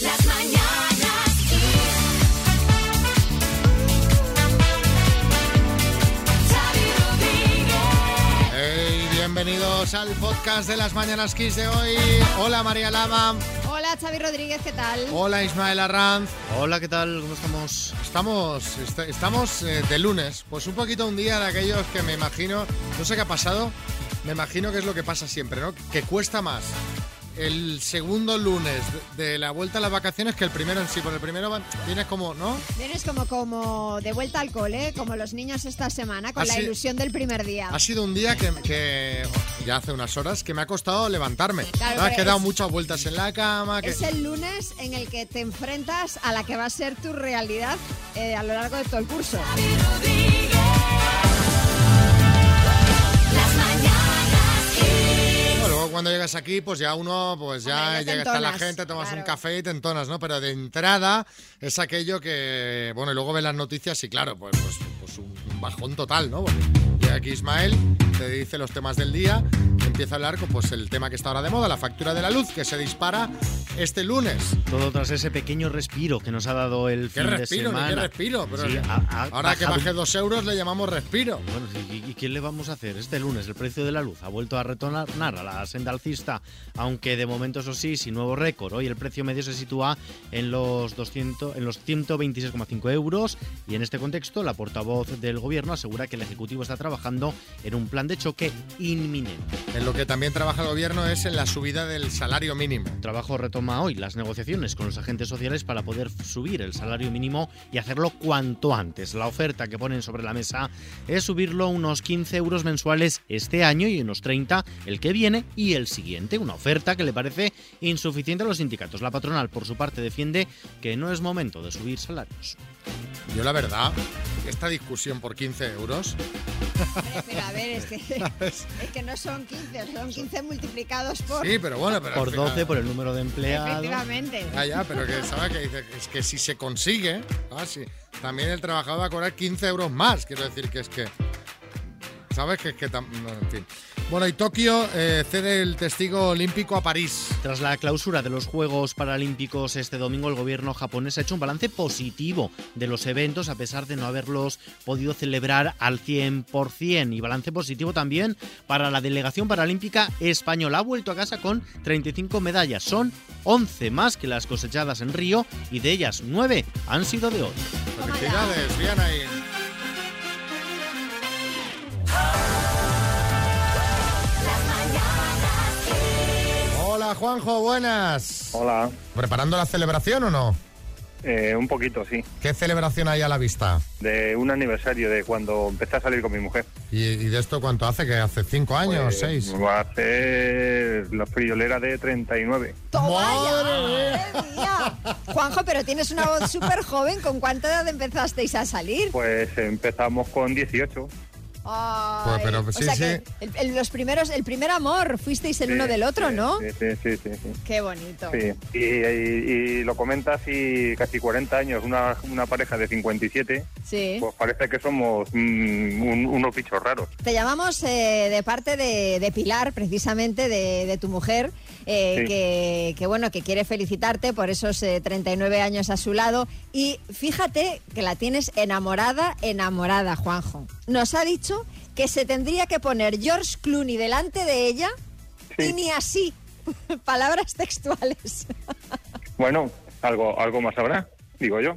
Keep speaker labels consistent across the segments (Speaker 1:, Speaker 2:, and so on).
Speaker 1: Las mañanas Kiss. Xavi Rodríguez.
Speaker 2: Hey, bienvenidos al podcast de las Mañanas Kiss de hoy. Hola María Lama.
Speaker 3: Hola Xavi Rodríguez, ¿qué tal?
Speaker 2: Hola Ismael Arranz.
Speaker 4: Hola, ¿qué tal? ¿Cómo estamos?
Speaker 2: Estamos, est- estamos eh, de lunes, pues un poquito un día de aquellos que me imagino, no sé qué ha pasado, me imagino que es lo que pasa siempre, ¿no? Que cuesta más el segundo lunes de de la vuelta a las vacaciones que el primero en sí, porque el primero va- tienes como, ¿no?
Speaker 3: Vienes como, como de vuelta al cole, como los niños esta semana, con
Speaker 2: Ha
Speaker 3: la
Speaker 2: sido-
Speaker 3: ilusión del primer día.
Speaker 2: Ha sido un día que, que- ya hace unas horas que me ha costado levantarme.
Speaker 3: Claro,
Speaker 2: Has
Speaker 3: es-
Speaker 2: quedado muchas vueltas en la cama. Que...
Speaker 3: Es el lunes en el que te enfrentas a la que va a ser tu realidad eh, a lo largo de todo el curso.
Speaker 1: Xavi Rodríguez. Las mañanas Kiss.
Speaker 2: Bueno, luego cuando llegas aquí, pues ya uno, pues ya
Speaker 3: Hombre, ya te
Speaker 2: llega hasta la
Speaker 3: entonas,
Speaker 2: gente, tomas un
Speaker 3: claro.
Speaker 2: café y te entonas, ¿no? Pero de entrada es aquello que, bueno, y luego ves las noticias y claro, pues, pues, pues un un bajón total, ¿no? Porque llega aquí Ismael, te dice los temas del día, empieza a hablar con pues el tema que está ahora de moda, la factura de la luz, que se dispara este lunes.
Speaker 4: Todo tras ese pequeño respiro que nos ha dado el
Speaker 2: ¿Qué
Speaker 4: fin
Speaker 2: respiro?
Speaker 4: de
Speaker 2: ni
Speaker 4: semana.
Speaker 2: ¿Qué respiro? Pero
Speaker 4: Sí, ha- ha
Speaker 2: ahora que
Speaker 4: bajado-
Speaker 2: baje dos euros le llamamos respiro.
Speaker 4: Bueno, ¿y, y qué le vamos a hacer? Este lunes el precio de la luz ha vuelto a retornar a la senda alcista, aunque de momento eso sí, sin nuevo récord. Hoy el precio medio se sitúa en los 200, en los 126,5 euros y en este contexto la portavoz del gobierno asegura que el Ejecutivo está trabajando en un plan de choque inminente.
Speaker 2: En lo que también trabaja el gobierno es en la subida del salario mínimo.
Speaker 4: El trabajo retoma hoy las negociaciones con los agentes sociales para poder subir el salario mínimo y hacerlo cuanto antes. La oferta que ponen sobre la mesa es subirlo unos 15 euros mensuales este año y unos 30 el que viene y el siguiente. Una oferta que le parece insuficiente a los sindicatos. La patronal, por su parte, defiende que no es momento de subir salarios.
Speaker 2: Yo la verdad, esta discusión por 15 euros,
Speaker 3: Hombre, Pero a ver, es que, es que no son 15, son 15 multiplicados por...
Speaker 2: sí, pero bueno, pero... al
Speaker 4: Por
Speaker 2: final-
Speaker 4: 12, por el número de empleados.
Speaker 3: Efectivamente.
Speaker 2: Ah, ya, pero que sabes que dice, es que si se consigue, ah, sí, también el trabajador va a cobrar 15 euros más, quiero decir que es que... ¿Sabes? Que es que... tam- no, en fin. Bueno, y Tokio eh, cede el testigo olímpico a París.
Speaker 4: Tras la clausura de los Juegos Paralímpicos este domingo, el gobierno japonés ha hecho un balance positivo de los eventos, a pesar de no haberlos podido celebrar al 100%. Y balance positivo también para la delegación paralímpica española. Ha vuelto a casa con 35 medallas. Son 11 más que las cosechadas en Río y de ellas 9 han sido de oro.
Speaker 3: Toma ya.
Speaker 2: Felicidades, bien ahí.
Speaker 1: Las mañanas Kiss.
Speaker 2: Hola Juanjo, buenas.
Speaker 5: Hola,
Speaker 2: ¿Preparando la celebración o no?
Speaker 5: Eh, un poquito, sí.
Speaker 2: ¿Qué celebración hay a la vista?
Speaker 5: De un aniversario de cuando empecé a salir con mi mujer.
Speaker 2: ¿Y, y de esto cuánto hace? ¿Que hace cinco años?
Speaker 5: Pues,
Speaker 2: ¿Seis?
Speaker 5: Va a ser la friolera de 39.
Speaker 3: ¡Madre mía! Juanjo, pero tienes una voz súper joven. ¿Con cuánta edad empezasteis a salir?
Speaker 5: Pues empezamos con 18.
Speaker 3: Ay,
Speaker 2: Pues, pero
Speaker 3: o
Speaker 2: sí,
Speaker 3: sea
Speaker 2: sí.
Speaker 3: que el, el- los primeros, el primer amor, fuisteis el uno
Speaker 5: Sí,
Speaker 3: del otro,
Speaker 5: sí,
Speaker 3: ¿no?
Speaker 5: Sí, sí, sí. sí, sí.
Speaker 3: Qué bonito.
Speaker 5: Sí. Y, y- y lo comentas y casi 40 años, una, una pareja de 57,
Speaker 3: Sí.
Speaker 5: pues parece que somos mm, un- unos bichos raros.
Speaker 3: Te llamamos eh, de parte de, de Pilar, precisamente, de, de tu mujer, eh,
Speaker 5: Sí.
Speaker 3: que, que, bueno, que quiere felicitarte por esos eh, 39 años a su lado. Y fíjate que la tienes enamorada, enamorada, Juanjo. Nos ha dicho que se tendría que poner George Clooney delante de ella
Speaker 5: Sí.
Speaker 3: y ni así. Palabras textuales.
Speaker 5: Bueno, algo, algo más habrá, digo yo.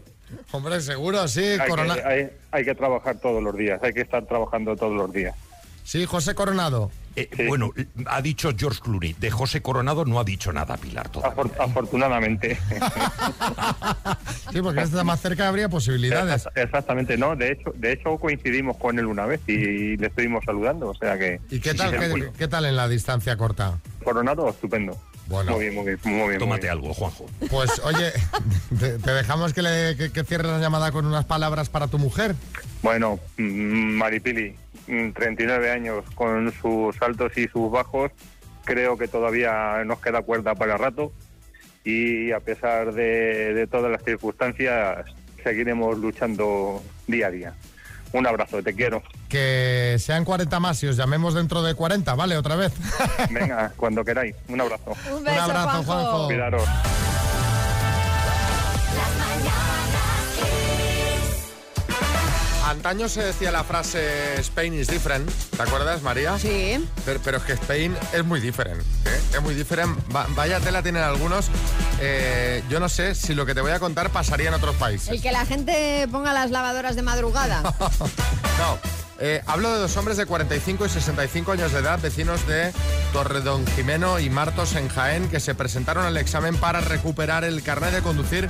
Speaker 2: Hombre, seguro, sí.
Speaker 5: Hay
Speaker 2: Corona-
Speaker 5: que, hay- hay que trabajar todos los días, hay que estar trabajando todos los días.
Speaker 2: Sí, José Coronado.
Speaker 6: Eh,
Speaker 5: Sí.
Speaker 6: Bueno, eh, ha dicho George Clooney. De José Coronado no ha dicho nada Pilar todavía.
Speaker 5: Afor- afortunadamente.
Speaker 2: Sí, porque está más cerca habría posibilidades.
Speaker 5: Exact- Exactamente, no. De hecho, de hecho coincidimos con él una vez y le estuvimos saludando. O sea que.
Speaker 2: ¿Y qué
Speaker 5: sí,
Speaker 2: tal,
Speaker 5: sí,
Speaker 2: qué-
Speaker 5: seguro.
Speaker 2: qué tal en la distancia corta?
Speaker 5: Coronado, estupendo.
Speaker 2: Bueno.
Speaker 5: Muy bien, muy bien, muy bien. muy
Speaker 6: Tómate
Speaker 5: bien.
Speaker 6: algo, Juanjo.
Speaker 2: Pues oye, te, te dejamos que, le, que- que cierres la llamada con unas palabras para tu mujer.
Speaker 5: Bueno, mm, Maripili, mm, 39 años con sus altos y sus bajos. Creo que todavía nos queda cuerda para rato. Y a pesar de, de todas las circunstancias, seguiremos luchando día a día. Un abrazo, te quiero.
Speaker 2: Que sean 40 más y os llamemos dentro de 40, ¿vale? Otra vez.
Speaker 5: Venga, cuando queráis. Un abrazo.
Speaker 3: Un beso,
Speaker 2: abrazo, Juanjo.
Speaker 5: Cuidaros.
Speaker 1: Las
Speaker 2: Antaño se decía la frase Spain is different. ¿Te acuerdas, María?
Speaker 3: Sí.
Speaker 2: Pero, pero es que Spain es muy diferente. Es muy diferente. vaya tela tienen algunos. Eh, yo no sé si lo que te voy a contar pasaría en otros países.
Speaker 3: El que la gente ponga las lavadoras de madrugada.
Speaker 2: No. eh, hablo de dos hombres de 45 y 65 años de edad, vecinos de Torredón Jimeno y Martos en Jaén, que se presentaron al examen para recuperar el carnet de conducir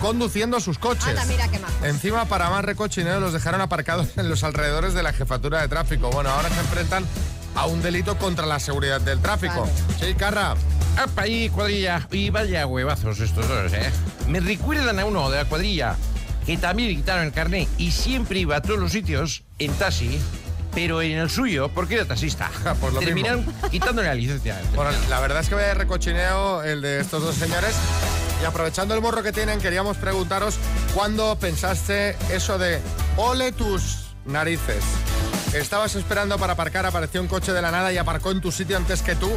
Speaker 2: conduciendo sus coches.
Speaker 3: Anda, mira qué majos.
Speaker 2: Encima, para más recochineo, los dejaron aparcados en los alrededores de la jefatura de tráfico. Bueno, ahora se enfrentan a un delito contra la seguridad del tráfico. Sí, Carra.
Speaker 7: ¡Apa ahí, cuadrilla! Y vaya huevazos estos dos, ¿eh? Me recuerdan a uno de la cuadrilla que también le quitaron el carnet y siempre iba a todos los sitios en taxi, pero en el suyo porque era taxista.
Speaker 6: Ah,
Speaker 2: Ja, pues lo mismo.
Speaker 7: Terminaron quitándole la licencia.
Speaker 2: Bueno, la verdad es que vaya recochineo el de estos dos señores. Y aprovechando el morro que tienen, queríamos preguntaros cuándo pensaste eso de ole tus narices. Estabas esperando para aparcar, apareció un coche de la nada y aparcó en tu sitio antes que tú.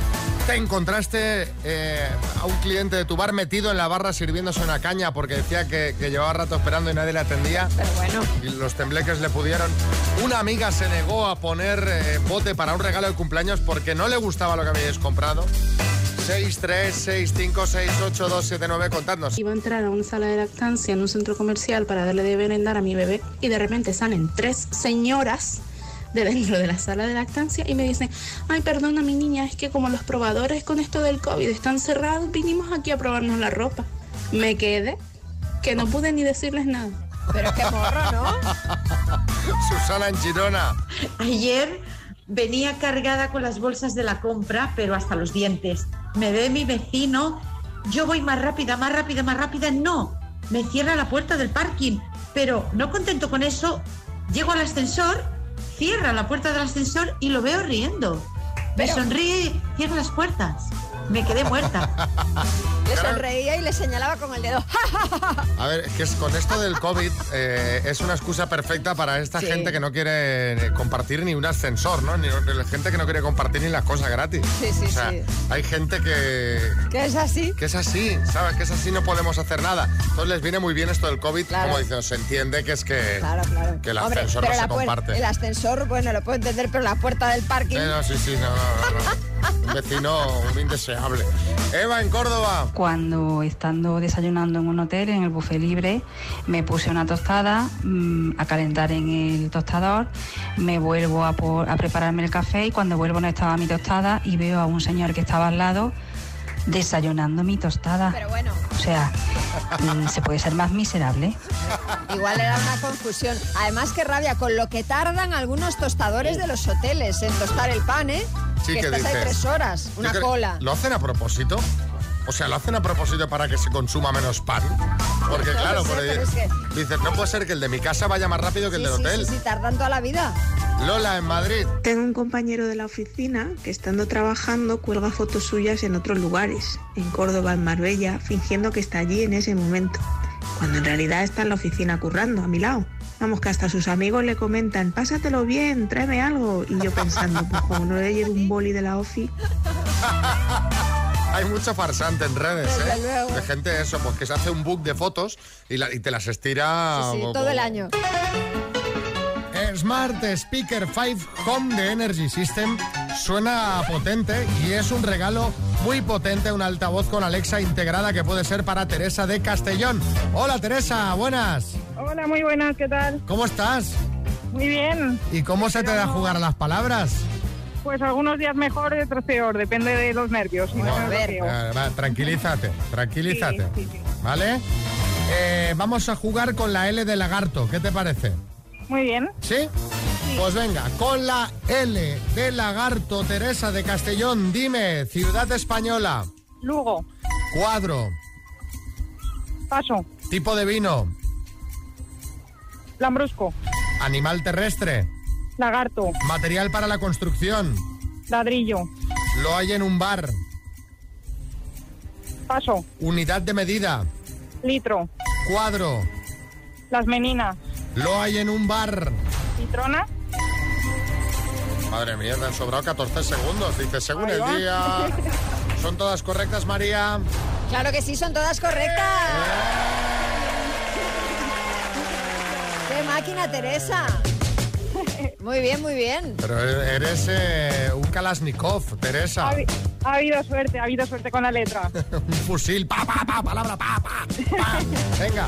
Speaker 2: Te encontraste eh, a un cliente de tu bar metido en la barra sirviéndose una caña porque decía que, que llevaba rato esperando y nadie le atendía
Speaker 3: Pero bueno.
Speaker 2: y los tembleques le pudieron. Una amiga se negó a poner eh, bote para un regalo de cumpleaños porque no le gustaba lo que habíais comprado. 636568279 contadnos.
Speaker 8: Iba a entrar a una sala de lactancia en un centro comercial para darle de merendar a mi bebé y de repente salen tres señoras de dentro de la sala de lactancia y me dicen, ay, perdona mi niña, es que como los probadores con esto del COVID están cerrados, vinimos aquí a probarnos la ropa. Me quedé, que no pude ni decirles nada.
Speaker 3: Pero qué morro, ¿no?
Speaker 2: Susana en Girona.
Speaker 9: Ayer venía cargada con las bolsas de la compra, pero hasta los dientes. Me ve mi vecino, yo voy más rápida, más rápida, más rápida. No, me cierra la puerta del parking. Pero no contento con eso, llego al ascensor, cierra la puerta del ascensor y lo veo riendo. Me
Speaker 3: Pero-
Speaker 9: sonríe y cierra las puertas. Me quedé muerta.
Speaker 3: Le sonreía y le señalaba con el dedo. ¡Ja!
Speaker 2: A ver, es que es- con esto del COVID eh, es una excusa perfecta para esta
Speaker 3: Sí.
Speaker 2: gente que no quiere eh, compartir ni un ascensor, ¿no? Ni, ni- gente que no quiere compartir ni las cosas gratis.
Speaker 3: Sí, sí,
Speaker 2: O sea,
Speaker 3: sí.
Speaker 2: hay gente que,
Speaker 3: ¿Qué es así?
Speaker 2: que es así, ¿sabes? Que es así, no podemos hacer nada. Entonces les viene muy bien esto del COVID,
Speaker 3: Claro.
Speaker 2: como dicen, se entiende que es que,
Speaker 3: Claro, claro.
Speaker 2: que el
Speaker 3: Hombre,
Speaker 2: ascensor
Speaker 3: pero
Speaker 2: no se
Speaker 3: la puer-
Speaker 2: comparte.
Speaker 3: El ascensor, bueno, lo puedo entender, pero la puerta del parking.
Speaker 2: Eh, no, sí, sí, no, no, no. Un vecino, un indeseable. Eva, en Córdoba.
Speaker 10: Cuando estando desayunando en un hotel, en el buffet libre, me puse una tostada mm, a calentar en el tostador, me vuelvo a, por- a prepararme el café y cuando vuelvo no estaba mi tostada y veo a un señor que estaba al lado desayunando mi tostada.
Speaker 3: Pero bueno,
Speaker 10: O sea, mm, ¿se puede ser más miserable?
Speaker 3: igual era una confusión. Además, qué rabia con lo que tardan algunos tostadores de los hoteles en tostar el pan, ¿eh?
Speaker 2: Sí,
Speaker 3: que
Speaker 2: ¿qué
Speaker 3: estás ahí
Speaker 2: dices?
Speaker 3: tres horas,
Speaker 2: Yo
Speaker 3: una
Speaker 2: creo-
Speaker 3: cola.
Speaker 2: ¿Lo hacen a propósito? O sea, ¿lo hacen a propósito para que se consuma menos pan? Porque
Speaker 3: No
Speaker 2: claro,
Speaker 3: lo sé,
Speaker 2: por ahí-
Speaker 3: pero es que-
Speaker 2: dices, no puede ser que el de mi casa vaya más rápido que el
Speaker 3: Sí,
Speaker 2: del
Speaker 3: sí,
Speaker 2: hotel.
Speaker 3: sí, sí, tardan toda la vida.
Speaker 2: Lola, en Madrid.
Speaker 11: Tengo un compañero de la oficina que estando trabajando cuelga fotos suyas en otros lugares, en Córdoba, en Marbella, fingiendo que está allí en ese momento, cuando en realidad está en la oficina currando a mi lado. Vamos, que hasta sus amigos le comentan, pásatelo bien, tráeme algo. Y yo pensando, pues como no le llevo un boli de la ofi,
Speaker 2: Hay mucho farsante en redes,
Speaker 3: Desde
Speaker 2: ¿eh?
Speaker 3: luego.
Speaker 2: De gente eso, pues que se hace un book de fotos y, la- y te las estira...
Speaker 3: Sí, sí,
Speaker 2: Ah, bo-
Speaker 3: todo
Speaker 2: bo-
Speaker 3: el año.
Speaker 2: Smart Speaker 5 Home de Energy System suena potente y es un regalo muy potente, un altavoz con Alexa integrada que puede ser para Teresa de Castellón. Hola Teresa, buenas.
Speaker 12: Hola, muy buenas, ¿qué tal?
Speaker 2: ¿Cómo estás?
Speaker 12: Muy bien.
Speaker 2: ¿Y cómo se te da jugar a las palabras?
Speaker 12: Pues algunos días mejor y otros peor, depende de los nervios. y
Speaker 2: Bueno,
Speaker 12: no me
Speaker 3: a ver.
Speaker 12: bloqueo.
Speaker 2: Eh, va, tranquilízate, tranquilízate.
Speaker 12: Sí, sí, sí.
Speaker 2: ¿Vale? Eh, vamos a jugar con la L de lagarto, ¿qué te parece?
Speaker 12: Muy bien.
Speaker 2: ¿Sí? Pues venga, con la L de lagarto, Teresa de Castellón, dime, ciudad española,
Speaker 12: Lugo,
Speaker 2: cuadro,
Speaker 12: paso.
Speaker 2: tipo de vino,
Speaker 12: Lambrusco,
Speaker 2: animal terrestre,
Speaker 12: lagarto,
Speaker 2: material para la construcción,
Speaker 12: ladrillo,
Speaker 2: lo hay en un bar,
Speaker 12: paso.
Speaker 2: unidad de medida,
Speaker 12: Litro,
Speaker 2: cuadro,
Speaker 12: las meninas,
Speaker 2: lo hay en un bar.
Speaker 12: citrona,
Speaker 2: Madre mía, te han sobrado 14 segundos. Dice, según
Speaker 12: Ahí
Speaker 2: el
Speaker 12: va.
Speaker 2: día. ¿Son todas correctas, María?
Speaker 3: Claro que sí, son todas correctas. ¡Qué máquina, Teresa! Muy bien, muy bien.
Speaker 2: Pero eres eh, un Kalashnikov,
Speaker 11: Ha,
Speaker 2: Teresa.
Speaker 11: habi- ha habido suerte, ha habido suerte con la letra.
Speaker 2: Un fusil. Pa, pa, pa, palabra, pa, pa, pa. Venga.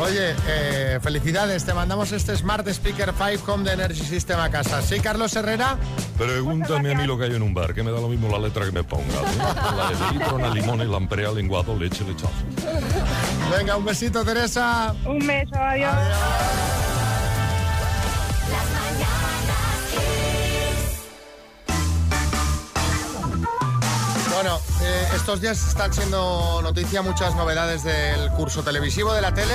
Speaker 2: Oye, eh, felicidades. Te mandamos este Smart Speaker 5 Home de Energy System a casa. ¿Sí, Carlos Herrera?
Speaker 7: Pregúntame a mí lo que hay en un bar, que me da lo mismo la letra que me ponga. ¿no? La de litrona, limón, y lamprea, lenguado, leche, lechazo.
Speaker 2: Venga, un besito, Teresa.
Speaker 11: Un beso, adiós.
Speaker 1: Las mañanas Kiss.
Speaker 2: Bueno, eh, estos días están siendo noticia muchas novedades del curso televisivo de la tele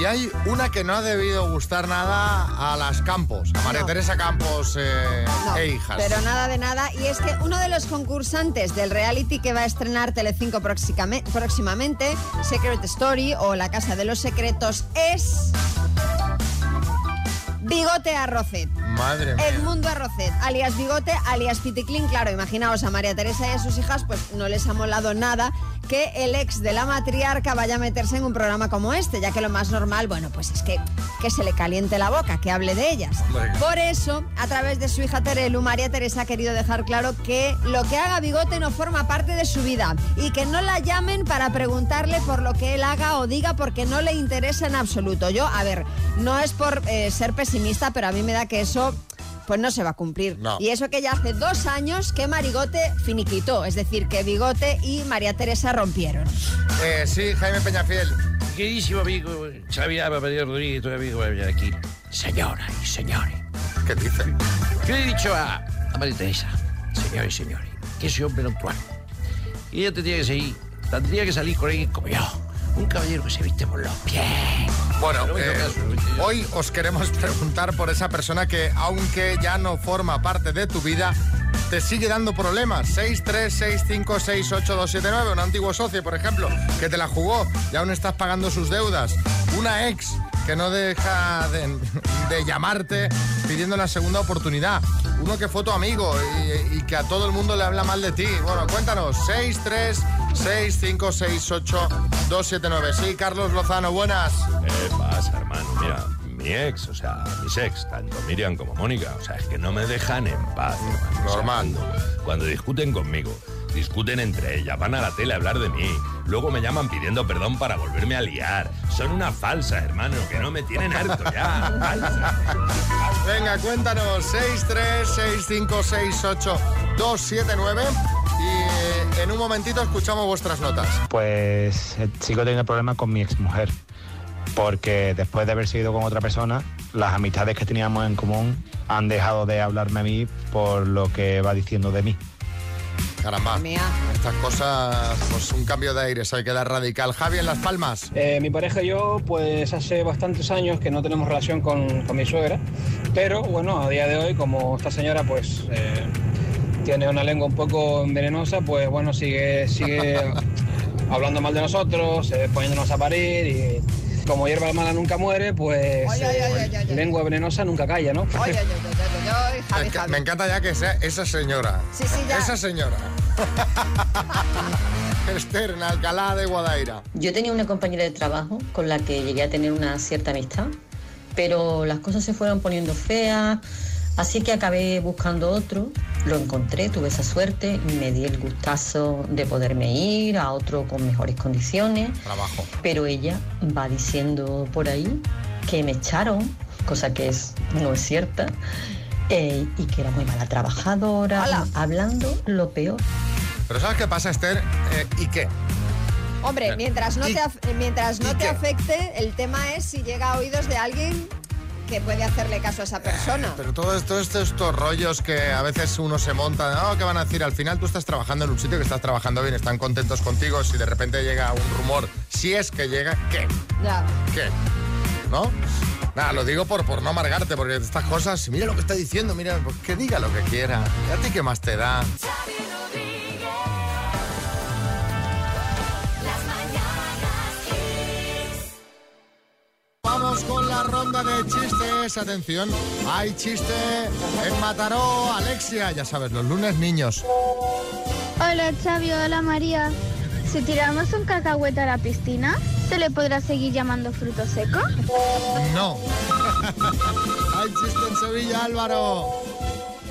Speaker 2: y hay una que no ha debido gustar nada a las Campos, a María
Speaker 3: No.
Speaker 2: Teresa Campos eh,
Speaker 3: No,
Speaker 2: e hijas.
Speaker 3: Pero nada de nada. Y es que uno de los concursantes del reality que va a estrenar Telecinco próxicame- próximamente, Secret Story o La Casa de los Secretos, es... Bigote Arrocet.
Speaker 2: Madre mía.
Speaker 3: Edmundo Arrocet, alias Bigote, alias Piticlin. Claro, imaginaos a María Teresa y a sus hijas, pues no les ha molado nada que el ex de la matriarca vaya a meterse en un programa como este, ya que lo más normal, bueno, pues es que, que se le caliente la boca, que hable de ellas.
Speaker 2: Hombre.
Speaker 3: Por eso, a través de su hija Terelu, María Teresa ha querido dejar claro que lo que haga Bigote no forma parte de su vida y que no la llamen para preguntarle por lo que él haga o diga porque no le interesa en absoluto. Yo, a ver, no es por eh, ser pesimista, pero a mí me da que eso pues no se va a cumplir.
Speaker 2: No.
Speaker 3: Y eso que ya hace dos años que Marigote finiquitó, es decir, que Bigote y María Teresa rompieron.
Speaker 2: Eh, sí, Jaime Peñafiel.
Speaker 6: Queridísimo amigo Xavi Abba, María Rodríguez, tu amigo de aquí. Señoras y señores,
Speaker 2: ¿Qué dice?
Speaker 6: yo he dicho a, a María Teresa, señores y señores, que ese hombre no actúa. Y ella tendría que seguir, tendría que salir con alguien como yo, un caballero que se viste por los pies.
Speaker 2: Bueno,
Speaker 6: Pero bueno,
Speaker 2: eh,
Speaker 6: caso, yo-
Speaker 2: hoy os queremos preguntar por esa persona que, aunque ya no forma parte de tu vida, te sigue dando problemas. 636568279, un antiguo socio, por ejemplo, que te la jugó y aún estás pagando sus deudas. Una ex que no deja de, de llamarte pidiendo la segunda oportunidad. Uno que fue tu amigo y, y que a todo el mundo le habla mal de ti. Bueno, cuéntanos. 636568279. Sí, Carlos Lozano, buenas.
Speaker 7: ¿Qué pasa, hermano? Mira, mi ex, o sea, mis ex, tanto Miriam como Mónica, o sea, es que no me dejan en paz. hermano. O sea,
Speaker 2: Normal.
Speaker 7: cuando, cuando discuten conmigo, discuten entre ellas, van a la tele a hablar de mí, luego me llaman pidiendo perdón para volverme a liar. Son una falsa, hermano, que no me tienen harto ya. Falsa.
Speaker 2: Venga, cuéntanos. 636568279. Y eh, en un momentito escuchamos vuestras notas.
Speaker 5: Pues eh, sigo teniendo problemas con mi exmujer, porque después de haber seguido con otra persona, las amistades que teníamos en común han dejado de hablarme a mí por lo que va diciendo de mí.
Speaker 2: Caramba.
Speaker 3: Mía.
Speaker 2: Estas cosas, pues un cambio de aire, eso hay que dar radical. Javi en Las Palmas.
Speaker 5: Eh, mi pareja y yo, pues hace bastantes años que no tenemos relación con, con mi suegra, pero bueno, a día de hoy, como esta señora, pues eh, tiene una lengua un poco venenosa, pues bueno, sigue, sigue hablando mal de nosotros, eh, poniéndonos a parir y como hierba mala nunca muere, pues
Speaker 3: Ay, ay,
Speaker 5: eh,
Speaker 3: ay, ay, ay, ay.
Speaker 5: lengua venenosa nunca calla, ¿no?
Speaker 3: Oye, oye, oye, oye, oye,
Speaker 2: Me
Speaker 3: Javi,
Speaker 2: enca-
Speaker 3: Javi.
Speaker 2: Me encanta ya que sea esa señora.
Speaker 3: Sí, sí, ya.
Speaker 2: Esa señora. Esther en Alcalá de Guadaira.
Speaker 9: Yo tenía una compañera de trabajo con la que llegué a tener una cierta amistad, pero las cosas se fueron poniendo feas, así que acabé buscando otro. Lo encontré, tuve esa suerte, me di el gustazo de poderme ir a otro con mejores condiciones,
Speaker 2: Trabajo.
Speaker 9: pero ella va diciendo por ahí que me echaron, cosa que es, no es cierta, eh, y que era muy mala trabajadora,
Speaker 3: Hala.
Speaker 9: hablando lo peor.
Speaker 2: Pero ¿sabes qué pasa, Esther? Eh, ¿Y qué?
Speaker 3: Hombre, mientras no,
Speaker 2: ¿Y-
Speaker 3: te, af- eh, mientras
Speaker 2: y
Speaker 3: no
Speaker 2: qué?
Speaker 3: te afecte, el tema es si llega a oídos de alguien que puede hacerle caso a esa persona.
Speaker 2: Pero todo esto, esto- estos rollos que a veces uno se monta, no, ¿qué van a decir? Al final tú estás trabajando en un sitio que estás trabajando bien, están contentos contigo, si de repente llega un rumor, si es que llega, ¿qué?
Speaker 3: Ya.
Speaker 2: ¿Qué? ¿No? Nada, lo digo por, por no amargarte, porque estas cosas, mira lo que está diciendo, mira, pues que diga lo que quiera. ¿Y ¿A ti qué más te da?
Speaker 1: Xavi Rodríguez. Las mañanas Kiss.
Speaker 2: Vamos con la ronda de chistes. Atención, hay chiste en Mataró, Alexia. Ya sabes, los lunes niños.
Speaker 8: Hola Xavi, hola María.
Speaker 13: Si tiramos un cacahuete a la piscina, ¿se le podrá seguir llamando fruto seco?
Speaker 2: No. Hay chiste en Sevilla, Álvaro.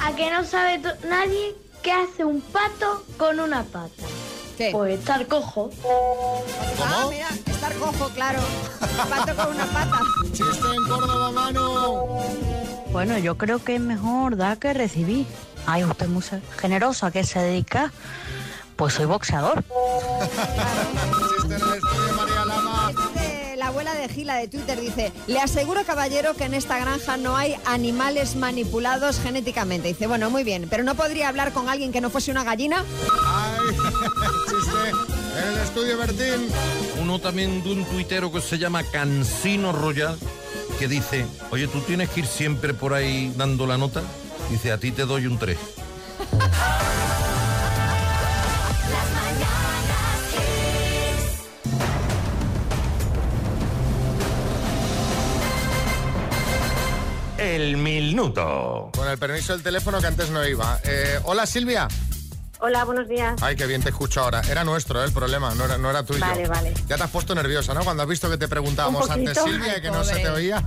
Speaker 13: ¿A que no sabe to- nadie qué hace un pato con una pata? Pues estar cojo.
Speaker 3: Ah, mira, estar cojo, claro. Pato con una pata.
Speaker 2: Chiste en Córdoba, mano.
Speaker 14: Bueno, yo creo que es mejor dar que recibir. Ay, usted es muy generoso. ¿A qué se dedica? Pues soy boxeador.
Speaker 3: Eh, La abuela de Gila de Twitter dice, le aseguro caballero que en esta granja no hay animales manipulados genéticamente. Dice, bueno, muy bien, pero no podría hablar con alguien que no fuese una gallina.
Speaker 2: Ay, chiste en el estudio Bertín.
Speaker 7: Uno también de un tuitero que se llama Cansino Royal, que dice, oye, tú tienes que ir siempre por ahí dando la nota. Dice, a ti te doy un 3. El minuto.
Speaker 2: Con el permiso del teléfono que antes no iba. Eh, hola, Silvia.
Speaker 15: Hola, buenos días.
Speaker 2: Ay, qué bien te escucho ahora. Era nuestro eh, el problema, no era, no era tuyo.
Speaker 15: Vale, vale.
Speaker 2: Ya te has puesto nerviosa, ¿no? Cuando has visto que te preguntábamos
Speaker 15: Un
Speaker 2: antes,
Speaker 15: poquito.
Speaker 2: Silvia, y
Speaker 15: Ay,
Speaker 2: que no se
Speaker 15: pobre.
Speaker 2: te oía.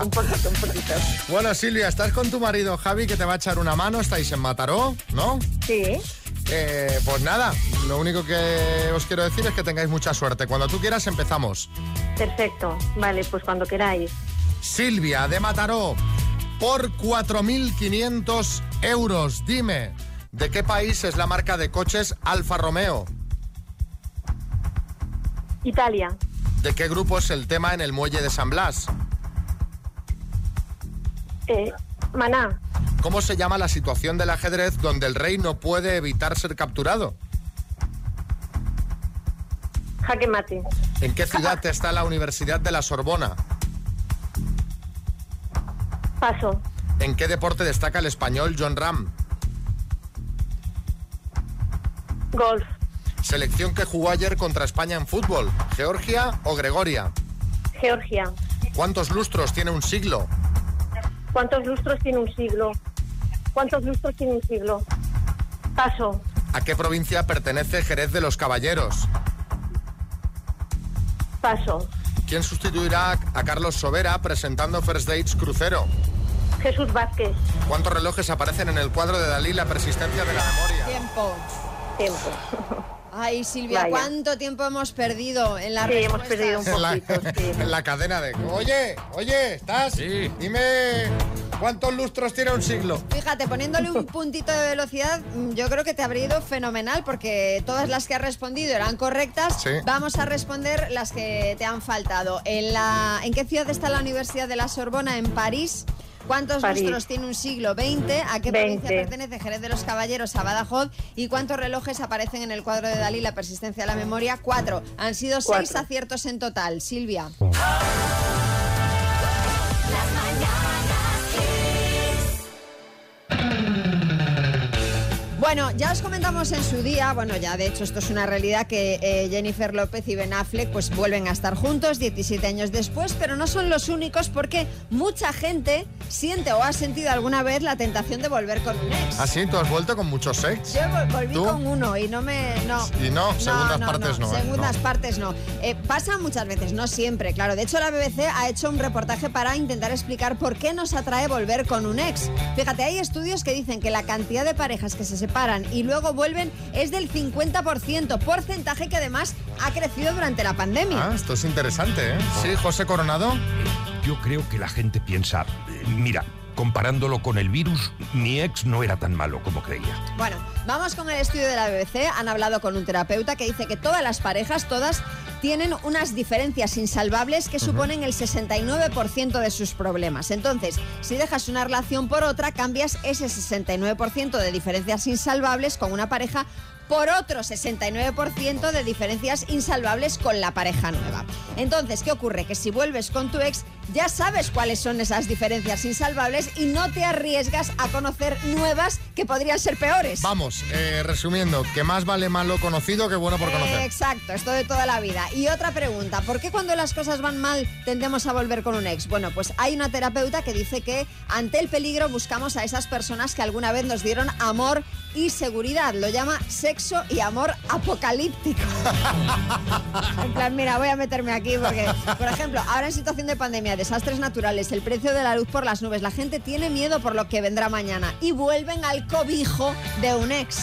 Speaker 15: un poquito, un poquito.
Speaker 2: Bueno, Silvia, estás con tu marido Javi, que te va a echar una mano. Estáis en Mataró, ¿no?
Speaker 15: Sí.
Speaker 2: Eh, pues nada, lo único que os quiero decir es que tengáis mucha suerte. Cuando tú quieras, empezamos.
Speaker 15: Perfecto. Vale, pues cuando queráis.
Speaker 2: Silvia de Mataró, por 4.500 euros, dime, ¿de qué país es la marca de coches Alfa Romeo?
Speaker 15: Italia,
Speaker 2: ¿De qué grupo es el tema en el muelle de San Blas?
Speaker 15: eh, Maná,
Speaker 2: ¿Cómo se llama la situación del ajedrez donde el rey no puede evitar ser capturado?
Speaker 15: jaque mate,
Speaker 2: ¿En qué ciudad está la Universidad de la Sorbona?
Speaker 15: paso,
Speaker 2: ¿En qué deporte destaca el español John Ram?
Speaker 15: golf,
Speaker 2: Selección que jugó ayer contra España en fútbol, Georgia o Gregoria.
Speaker 15: Georgia.
Speaker 2: ¿Cuántos lustros tiene un siglo?
Speaker 15: ¿Cuántos lustros tiene un siglo? ¿Cuántos lustros tiene un siglo? Paso,
Speaker 2: ¿A qué provincia pertenece Jerez de los Caballeros?
Speaker 15: paso.
Speaker 2: ¿Quién sustituirá a Carlos Sobera presentando First Dates Crucero?
Speaker 15: Jesús Vázquez,
Speaker 2: ¿Cuántos relojes aparecen en el cuadro de Dalí La persistencia de la memoria?
Speaker 3: Tiempo.
Speaker 15: tiempo.
Speaker 3: Ay, Silvia,
Speaker 2: Vaya.
Speaker 3: ¿cuánto tiempo hemos perdido en la
Speaker 2: Sí, hemos
Speaker 3: respuesta?
Speaker 2: perdido un En la- poquito, En la cadena de... Oye, oye, ¿estás? Dime cuántos lustros tiene un siglo.
Speaker 3: Fíjate, poniéndole un puntito de velocidad, mm, yo creo que te habría ido fenomenal porque todas las que has respondido eran correctas.
Speaker 2: Sí.
Speaker 3: Vamos a responder las que te han faltado. ¿En, la, ¿en qué ciudad está la Universidad de la Sorbona? En París. ¿Cuántos
Speaker 15: París.
Speaker 3: lustros tiene un siglo? ¿20? ¿A
Speaker 15: 20.
Speaker 3: qué provincia pertenece Jerez de los Caballeros a Badajoz? ¿Y cuántos relojes aparecen en el cuadro de Dalí, la persistencia de la memoria? Cuatro. Han sido seis
Speaker 15: Cuatro.
Speaker 3: aciertos en total. Silvia. Bueno, ya os comentamos en su día, bueno, ya de hecho esto es una realidad que eh, Jennifer López y Ben Affleck pues vuelven a estar juntos 17 años después, pero no son los únicos porque mucha gente siente o ha sentido alguna vez la tentación de volver con un ex.
Speaker 2: Así, tú has vuelto con muchos sex.
Speaker 3: Yo vol- volví
Speaker 2: ¿Ah, ¿Tú?
Speaker 3: con uno y no me... No.
Speaker 2: Y no, segundas partes no, ¿eh?
Speaker 3: Segundas
Speaker 2: No.
Speaker 3: partes no. Eh, pasa muchas veces, no siempre, claro. De hecho, la BBC ha hecho un reportaje para intentar explicar por qué nos atrae volver con un ex. Fíjate, hay estudios que dicen que la cantidad de parejas que se separan y luego vuelven es del 50%, porcentaje que además ha crecido durante la pandemia.
Speaker 2: Ah, esto es interesante, ¿eh? Sí, José Coronado.
Speaker 7: Yo creo que la gente piensa, eh, mira, comparándolo con el virus, mi ex no era tan malo como creía.
Speaker 3: Bueno, vamos con el estudio de la BBC. Han hablado con un terapeuta que dice que todas las parejas, todas, tienen unas diferencias insalvables que suponen el 69% de sus problemas. Entonces, si dejas una relación por otra, cambias ese 69% de diferencias insalvables con una pareja por otro 69% de diferencias insalvables con la pareja nueva. Entonces, ¿qué ocurre? Que si vuelves con tu ex, ya sabes cuáles son esas diferencias insalvables y no te arriesgas a conocer nuevas que podrían ser peores.
Speaker 2: Vamos, eh, resumiendo, que más vale malo conocido que bueno por conocer.
Speaker 3: Eh, Exacto, esto de toda la vida. Y otra pregunta, ¿por qué cuando las cosas van mal tendemos a volver con un ex? Bueno, pues hay una terapeuta que dice que ante el peligro buscamos a esas personas que alguna vez nos dieron amor y seguridad. Lo llama sexo y amor apocalíptico. en plan, mira, voy a meterme aquí porque, por ejemplo, ahora en situación de pandemia, desastres naturales, el precio de la luz por las nubes, la gente tiene miedo por lo que vendrá mañana y vuelven al cobijo de un ex.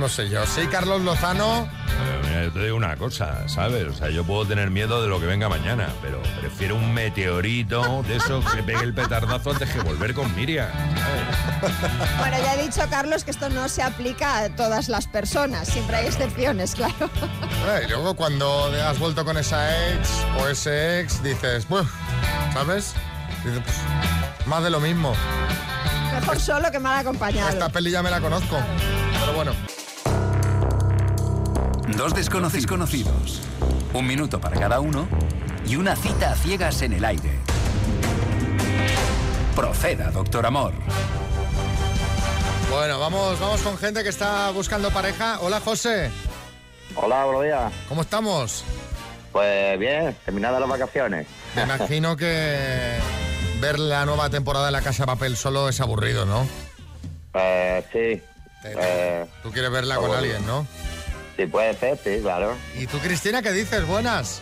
Speaker 2: No sé yo, soy Carlos Lozano.
Speaker 7: Pero Eh, mira, yo te digo una cosa, ¿sabes? O sea, yo puedo tener miedo de lo que venga mañana, pero prefiero un meteorito de eso que pegue el petardazo antes que volver con Miriam.
Speaker 3: Bueno, ya he dicho, Carlos, que esto no se aplica a todas las personas. Siempre hay excepciones, claro.
Speaker 2: Eh, Y luego cuando has vuelto con esa ex o ese ex, dices, "Buf", ¿sabes? Dices, "Pues, más de lo mismo.
Speaker 3: Mejor solo que mal acompañado.
Speaker 2: Esta peli ya me la conozco. Pero bueno.
Speaker 16: Dos desconocidos conocidos. Un minuto para cada uno y una cita a ciegas en el aire. Proceda, doctor Amor.
Speaker 2: Bueno, vamos, vamos con gente que está buscando pareja. Hola, José.
Speaker 17: Hola, buenos días.
Speaker 2: ¿Cómo estamos?
Speaker 17: Pues bien, terminadas las vacaciones.
Speaker 2: Me imagino que ver la nueva temporada de La Casa de Papel solo es aburrido, ¿no?
Speaker 17: Eh, sí.
Speaker 5: Eh,
Speaker 2: Tú quieres verla con alguien, ¿no?
Speaker 17: Sí, puede ser, sí, claro.
Speaker 2: ¿Y tú, Cristina, qué dices? Buenas.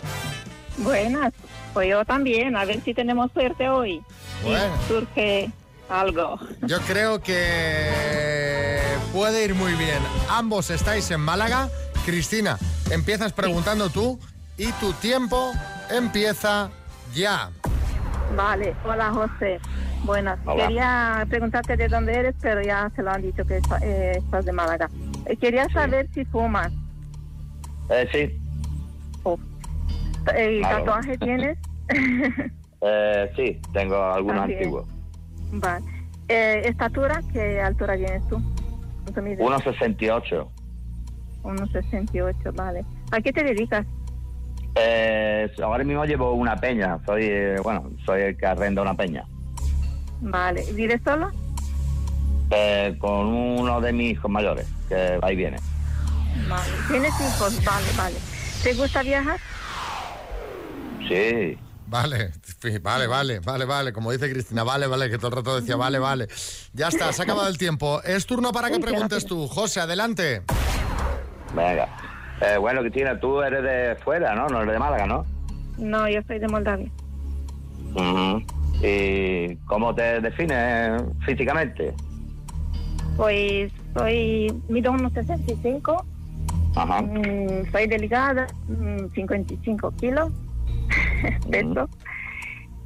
Speaker 11: Buenas, pues yo también, a ver si tenemos suerte hoy.
Speaker 2: Bueno.
Speaker 11: Y surge algo.
Speaker 2: Yo creo que puede ir muy bien. Ambos estáis en Málaga. Cristina, empiezas preguntando tú y tu tiempo empieza ya.
Speaker 11: Vale, hola José. Buenas,
Speaker 2: Hola.
Speaker 11: quería preguntarte de dónde eres, pero ya se lo han dicho que está- eh, estás de Málaga. Eh, Quería saber si fumas.
Speaker 17: Eh, sí,
Speaker 11: Eh,
Speaker 17: Claro.
Speaker 11: ¿Tatuaje tienes?
Speaker 17: eh, sí, tengo algunos
Speaker 11: Ah, bien.
Speaker 17: antiguos.
Speaker 11: Vale. Eh, ¿Estatura? ¿Qué altura vienes tú? ¿Cuánto mides?
Speaker 17: 1,68.
Speaker 11: 1,68, vale. ¿A qué te dedicas?
Speaker 17: Eh, ahora mismo llevo una peña. Soy, eh, bueno, soy el que arrenda una peña.
Speaker 11: Vale. ¿Vives solo?
Speaker 17: Eh, con uno de mis hijos mayores, que ahí viene.
Speaker 11: Vale. ¿Tienes hijos? Vale, vale. ¿Te gusta viajar?
Speaker 17: Sí.
Speaker 2: Vale, sí, vale, vale, vale, vale. Como dice Cristina, vale, vale, que todo el rato decía, vale, vale. Ya está, se ha acabado el tiempo. Es turno para que
Speaker 17: Uy, qué
Speaker 2: preguntes tú. José, adelante.
Speaker 17: Venga. Eh, bueno, Cristina, tú eres de fuera, ¿no? No eres de Málaga, ¿no?
Speaker 11: No, yo soy de Moldavia.
Speaker 17: Ujú. ¿Y cómo te defines eh, físicamente?
Speaker 11: Pues soy, mido 1,65,
Speaker 17: Ajá.
Speaker 11: mm, soy delgada, mm, 55 kilos, peso,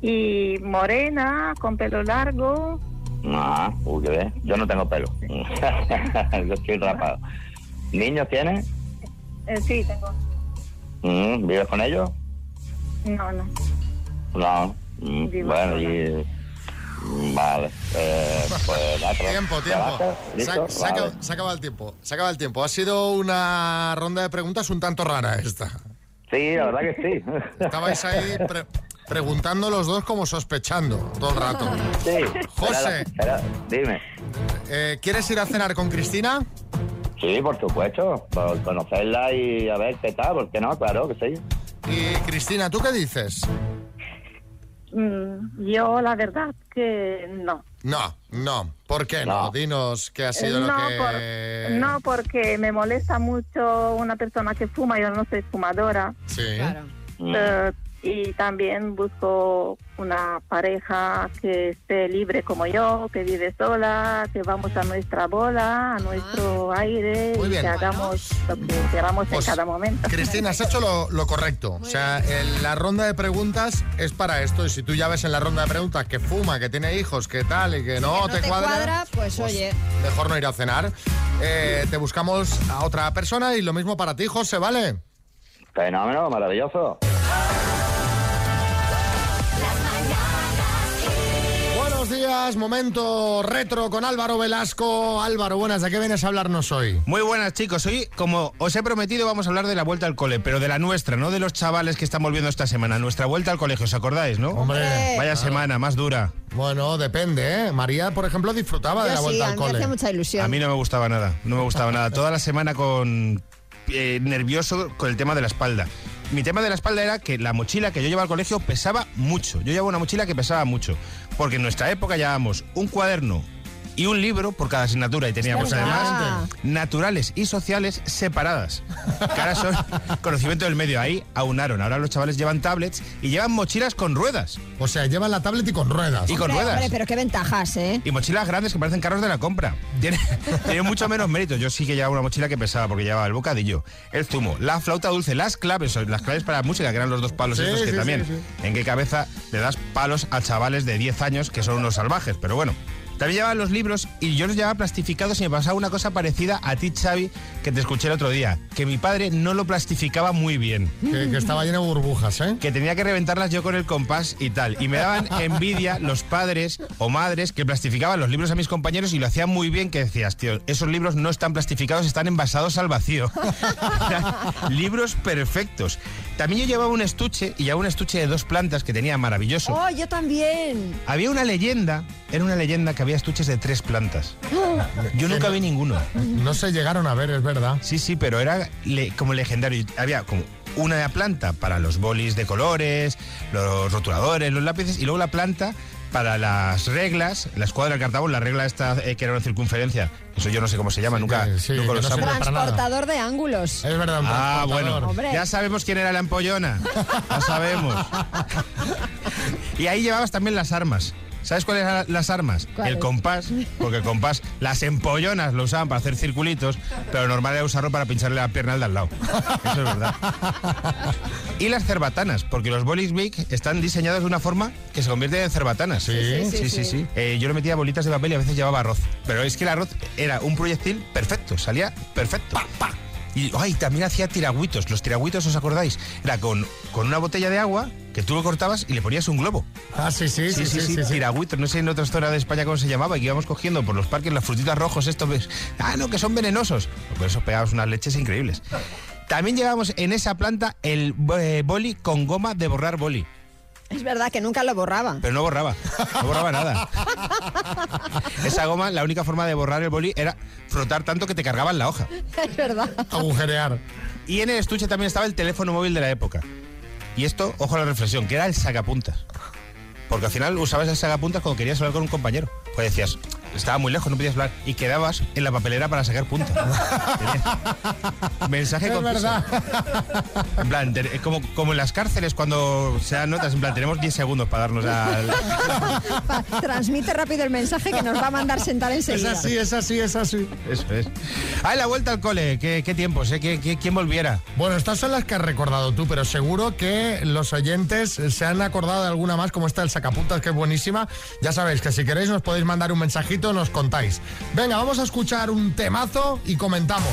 Speaker 11: y morena, con pelo largo,
Speaker 17: Ajá. Ah, Uy, qué bien. Yo no tengo pelo. Yo estoy rapado. ¿Niños tienes?
Speaker 11: Eh, sí, tengo.
Speaker 17: Mm, ¿Vives con ellos?
Speaker 11: No, no.
Speaker 17: No. Mm,
Speaker 11: Vivo
Speaker 17: Bueno, y... Vale. Eh, pues nada, pero-
Speaker 2: Tiempo,
Speaker 17: ¿ya
Speaker 2: tiempo.
Speaker 17: basta?
Speaker 2: Se,
Speaker 17: ¿Listo?
Speaker 2: ha- se ha acabado-
Speaker 17: Vale.
Speaker 2: se ha acabado el tiempo. Se ha acabado el tiempo. Ha sido una ronda de preguntas un tanto rara esta.
Speaker 17: Sí, la verdad que sí.
Speaker 2: Estabais ahí pre- preguntando los dos como sospechando todo el rato.
Speaker 17: Sí.
Speaker 2: José.
Speaker 17: Espera, espera, dime.
Speaker 2: Eh, ¿Quieres ir a cenar con Cristina?
Speaker 17: Sí, por supuesto. Por conocerla y a ver qué tal, ¿por qué no? Claro que sí.
Speaker 2: Y Cristina, ¿tú qué dices?
Speaker 11: Mm, yo la verdad que no.
Speaker 2: No, no. ¿Por qué no? Dinos qué ha sido
Speaker 11: no,
Speaker 2: lo que...
Speaker 11: por-
Speaker 2: Eh,
Speaker 11: no, porque me molesta mucho una persona que fuma, yo no soy fumadora.
Speaker 2: Sí.
Speaker 11: Eh, y también busco una pareja que esté libre como yo, que vive sola, que vamos a nuestra bola, a nuestro aire, y que hagamos lo que queramos
Speaker 2: Ah. Pues,
Speaker 11: en cada momento.
Speaker 2: Cristina, has hecho lo, lo correcto. o sea, el- la ronda de preguntas es para esto. Y si tú ya ves en la ronda de preguntas que fuma, que tiene hijos, que tal y que
Speaker 3: no
Speaker 2: no,
Speaker 3: te cuadra, pues, oye.
Speaker 2: Mejor no ir a cenar. Eh, te buscamos a otra persona y lo mismo para ti, José, ¿vale?
Speaker 17: Fenómeno, maravilloso.
Speaker 2: Buenos buenos días. Momento retro con Álvaro Velasco. Álvaro, buenas, ¿de qué vienes a hablarnos hoy?
Speaker 18: Muy buenas chicos, hoy como os he prometido vamos a hablar de la vuelta al cole, pero de la nuestra, no de los chavales que están volviendo esta semana, nuestra vuelta al colegio, ¿os acordáis, no?
Speaker 2: Hombre,
Speaker 18: vaya
Speaker 2: claro.
Speaker 18: semana, más dura.
Speaker 2: Bueno, depende, ¿eh? María, por ejemplo, disfrutaba de la vuelta al cole.
Speaker 3: ilusión.
Speaker 18: A mí no me gustaba nada, no me gustaba nada. Toda la semana con eh, nervioso con el tema de la espalda. Mi tema de la espalda era que la mochila que yo llevaba al colegio pesaba mucho. Yo llevaba una mochila que pesaba mucho, porque en nuestra época llevábamos un cuaderno y un libro por cada asignatura y teníamos
Speaker 6: verdad.
Speaker 18: además naturales y sociales separadas. Que ahora son conocimiento del medio ahí aunaron. Ahora los chavales llevan tablets y llevan mochilas con ruedas.
Speaker 2: O sea, llevan la tablet y con ruedas.
Speaker 18: Y con
Speaker 3: Hombre,
Speaker 18: ruedas.
Speaker 3: hombre, pero qué ventajas, ¿eh?
Speaker 18: Y mochilas grandes que parecen carros de la compra. Tiene, tiene mucho menos mérito. Yo sí que llevaba una mochila que pesaba porque llevaba el bocadillo, el zumo, la flauta dulce, las claves, las claves para la música, que eran los dos palos
Speaker 6: Sí,
Speaker 18: estos que
Speaker 6: sí,
Speaker 18: también.
Speaker 6: sí,
Speaker 18: ¿En qué cabeza le das palos a chavales de 10 años que son unos salvajes? Pero bueno. También llevaba los libros y yo los llevaba plastificados y me pasaba una cosa parecida a ti, Xavi, que te escuché el otro día. Que mi padre no lo plastificaba muy bien.
Speaker 2: Que, que estaba lleno de burbujas, ¿eh?
Speaker 18: Que tenía que reventarlas yo con el compás y tal. Y me daban envidia los padres o madres que plastificaban los libros a mis compañeros y lo hacían muy bien, que decías, tío, esos libros no están plastificados, están envasados al vacío. libros perfectos. También yo llevaba un estuche, y llevaba un estuche de dos plantas que tenía maravilloso.
Speaker 3: Oh, yo también.
Speaker 18: Había una leyenda, era una leyenda que había estuches de tres plantas. Yo nunca vi ninguno.
Speaker 2: No se llegaron a ver, es verdad.
Speaker 18: Sí, sí, pero era le- como legendario. Había como una planta para los bolis de colores, los rotuladores, los lápices, y luego la planta para las reglas, la escuadra del cartabón, la regla esta eh, que era una circunferencia. Eso yo no sé cómo se llama, nunca, nunca lo sabe.
Speaker 3: Transportador de ángulos.
Speaker 2: Es verdad,
Speaker 18: Ah, bueno.
Speaker 3: Hombre.
Speaker 18: Ya sabemos quién era la empollona. Ya sabemos. y ahí llevabas también las armas. ¿Sabes cuáles eran las armas?
Speaker 6: ¿Cuáles?
Speaker 18: El compás, porque el compás, las empollonas lo usaban para hacer circulitos, pero lo normal era usarlo para pincharle la pierna al de al lado. Eso es verdad. Y las cerbatanas, porque los bolis big están diseñados de una forma que se convierten en cerbatanas. Sí,
Speaker 6: sí, sí, sí.
Speaker 18: Eh, yo le metía bolitas de papel y a veces llevaba arroz. Pero es que el arroz era un proyectil perfecto, salía perfecto. Y ay, también hacía tiragüitos. Los tiragüitos, ¿os acordáis? Era con, con una botella de agua que tú lo cortabas y le ponías un globo.
Speaker 2: Ah, sí, sí, sí, sí, sí, sí.
Speaker 18: Tiragüitos, no sé en otras zonas de España cómo se llamaba, que íbamos cogiendo por los parques las frutitas rojos, estos. ves, Ah, no, que son venenosos. Pues Por eso pegábamos unas leches increíbles. También llevábamos en esa planta el eh, boli con goma de borrar boli.
Speaker 3: Es verdad que nunca lo borraba.
Speaker 18: Pero no borraba, no borraba nada. Esa goma, la única forma de borrar el boli era frotar tanto que te cargaban la hoja.
Speaker 3: Es verdad.
Speaker 2: Agujerear.
Speaker 18: Y en el estuche también estaba el teléfono móvil de la época. Y esto, ojo a la reflexión, que era el sacapuntas. Porque al final usabas el sacapuntas cuando querías hablar con un compañero. Pues decías, estaba muy lejos, no podías hablar. Y quedabas en la papelera para sacar puntas. Tenías Mensaje
Speaker 2: Es
Speaker 18: con
Speaker 2: verdad.
Speaker 18: En plan, te- es como, como en las cárceles cuando se dan notas. En plan, tenemos 10 segundos para darnos al...
Speaker 3: Pa- Transmite rápido el mensaje que nos va a mandar sentar enseguida.
Speaker 18: así,
Speaker 2: es así, es así.
Speaker 18: Eso es. Ah, la vuelta al cole. Qué, qué tiempos, ¿eh? Qué- qué- ¿Quién volviera?
Speaker 2: Bueno, estas son las que has recordado tú, pero seguro que los oyentes se han acordado de alguna más, como esta del sacapuntas, que es buenísima. Ya sabéis que si queréis nos podéis mandar un mensajito, nos contáis. Venga, vamos a escuchar un temazo y comentamos.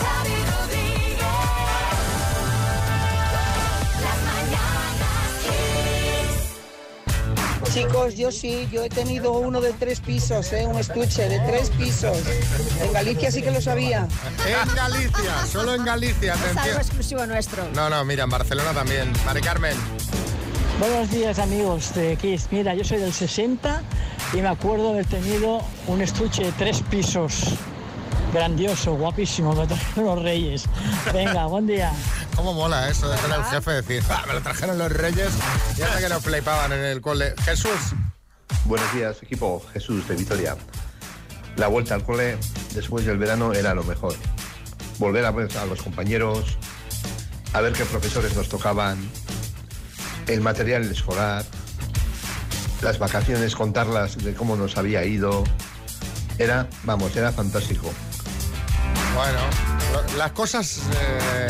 Speaker 1: Xavi Rodríguez. Las mañanas Kiss.
Speaker 12: Chicos, Pues yo sí, yo he tenido uno de tres pisos, ¿eh? un estuche de tres pisos. En Galicia sí que lo sabía.
Speaker 2: En Galicia, solo en Galicia,
Speaker 3: Es Pues algo
Speaker 2: atención.
Speaker 3: exclusivo nuestro.
Speaker 2: No, no, mira, en Barcelona también. Mari Carmen.
Speaker 19: Buenos días amigos de Kiss. Mira, yo soy del 60 y me acuerdo haber tenido un estuche de tres pisos. Grandioso, guapísimo, me trajeron los reyes. Venga, buen día.
Speaker 2: ¿Cómo mola eso de ser el jefe decir, "Ah, me lo trajeron los reyes y hasta que nos flipaban en el cole? Jesús.
Speaker 20: Buenos días, equipo Jesús de Vitoria. La vuelta al cole después del verano era lo mejor. Volver a ver a los compañeros, a ver qué profesores nos tocaban, el material escolar, las vacaciones, contarlas de cómo nos había ido. Era, vamos, era fantástico.
Speaker 2: Bueno, lo- las cosas eh,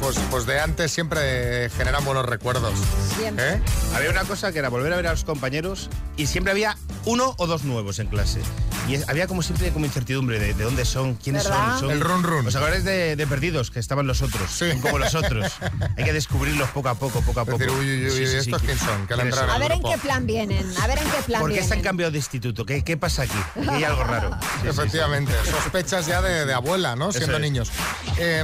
Speaker 2: pues, pues de antes siempre generan buenos recuerdos. ¿eh?
Speaker 18: Siempre. Había una cosa que era volver a ver a los compañeros y siempre había uno o dos nuevos en clase. Y es- había como siempre como incertidumbre de, de dónde son, quiénes
Speaker 2: ¿Verdad?
Speaker 18: son, son.
Speaker 2: El run run.
Speaker 18: ¿Os acordáis de, de Perdidos? Que estaban los otros, son como los otros. Hay que descubrirlos poco a poco, poco a poco.
Speaker 2: decir, uy, uy, uy, ¿estos quién son? Que le
Speaker 18: ¿Quiénes
Speaker 2: entraron
Speaker 3: A ver en qué plan vienen, a ver en qué plan
Speaker 18: ¿Por qué se han
Speaker 3: vienen.
Speaker 18: cambiado de instituto? ¿Qué, qué pasa aquí? Aquí hay algo raro.
Speaker 2: Efectivamente, sospechas ya de, de abuela, ¿no?
Speaker 18: Eso
Speaker 2: Siendo
Speaker 18: es.
Speaker 2: niños. Eh,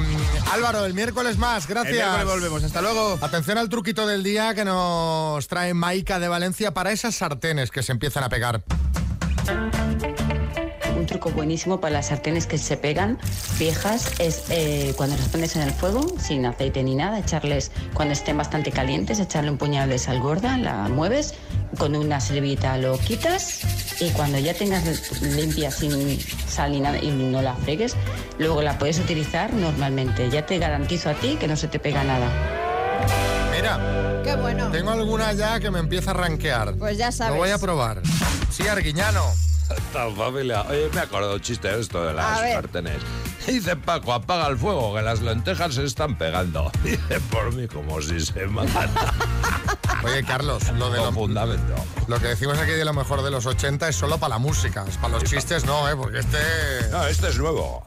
Speaker 2: Álvaro, el miércoles más, gracias.
Speaker 18: El miércoles volvemos, hasta luego.
Speaker 2: Atención al truquito del día que nos trae Maica de Valencia para esas sartenes que se empiezan a pegar.
Speaker 21: Un truco buenísimo para las sartenes que se pegan viejas es eh, cuando las pones en el fuego, sin aceite ni nada, echarles, cuando estén bastante calientes, echarle un puñado de sal gorda, la mueves, con una servilleta lo quitas y cuando ya tengas limpia sin sal ni nada y no la fregues, luego la puedes utilizar normalmente. Ya te garantizo a ti que no se te pega nada.
Speaker 2: Mira.
Speaker 3: Qué bueno.
Speaker 2: Tengo alguna ya que me empieza a ranquear.
Speaker 3: Pues ya sabes.
Speaker 2: Lo voy a probar. Sí, Arguiñano.
Speaker 7: Esta familia. Oye, me acordado un chiste de esto de
Speaker 2: A
Speaker 7: las
Speaker 2: ver.
Speaker 7: sartenes. Dice Paco, apaga el fuego, que las lentejas se están pegando. Dice por mí como si se matan.
Speaker 2: Oye, Carlos, lo
Speaker 18: Oh,
Speaker 2: de
Speaker 7: lo fundamento.
Speaker 2: Lo que decimos aquí de lo mejor de los 80 es solo para la música. Es para los chistes no, ¿eh? Porque este...
Speaker 7: No, este es nuevo.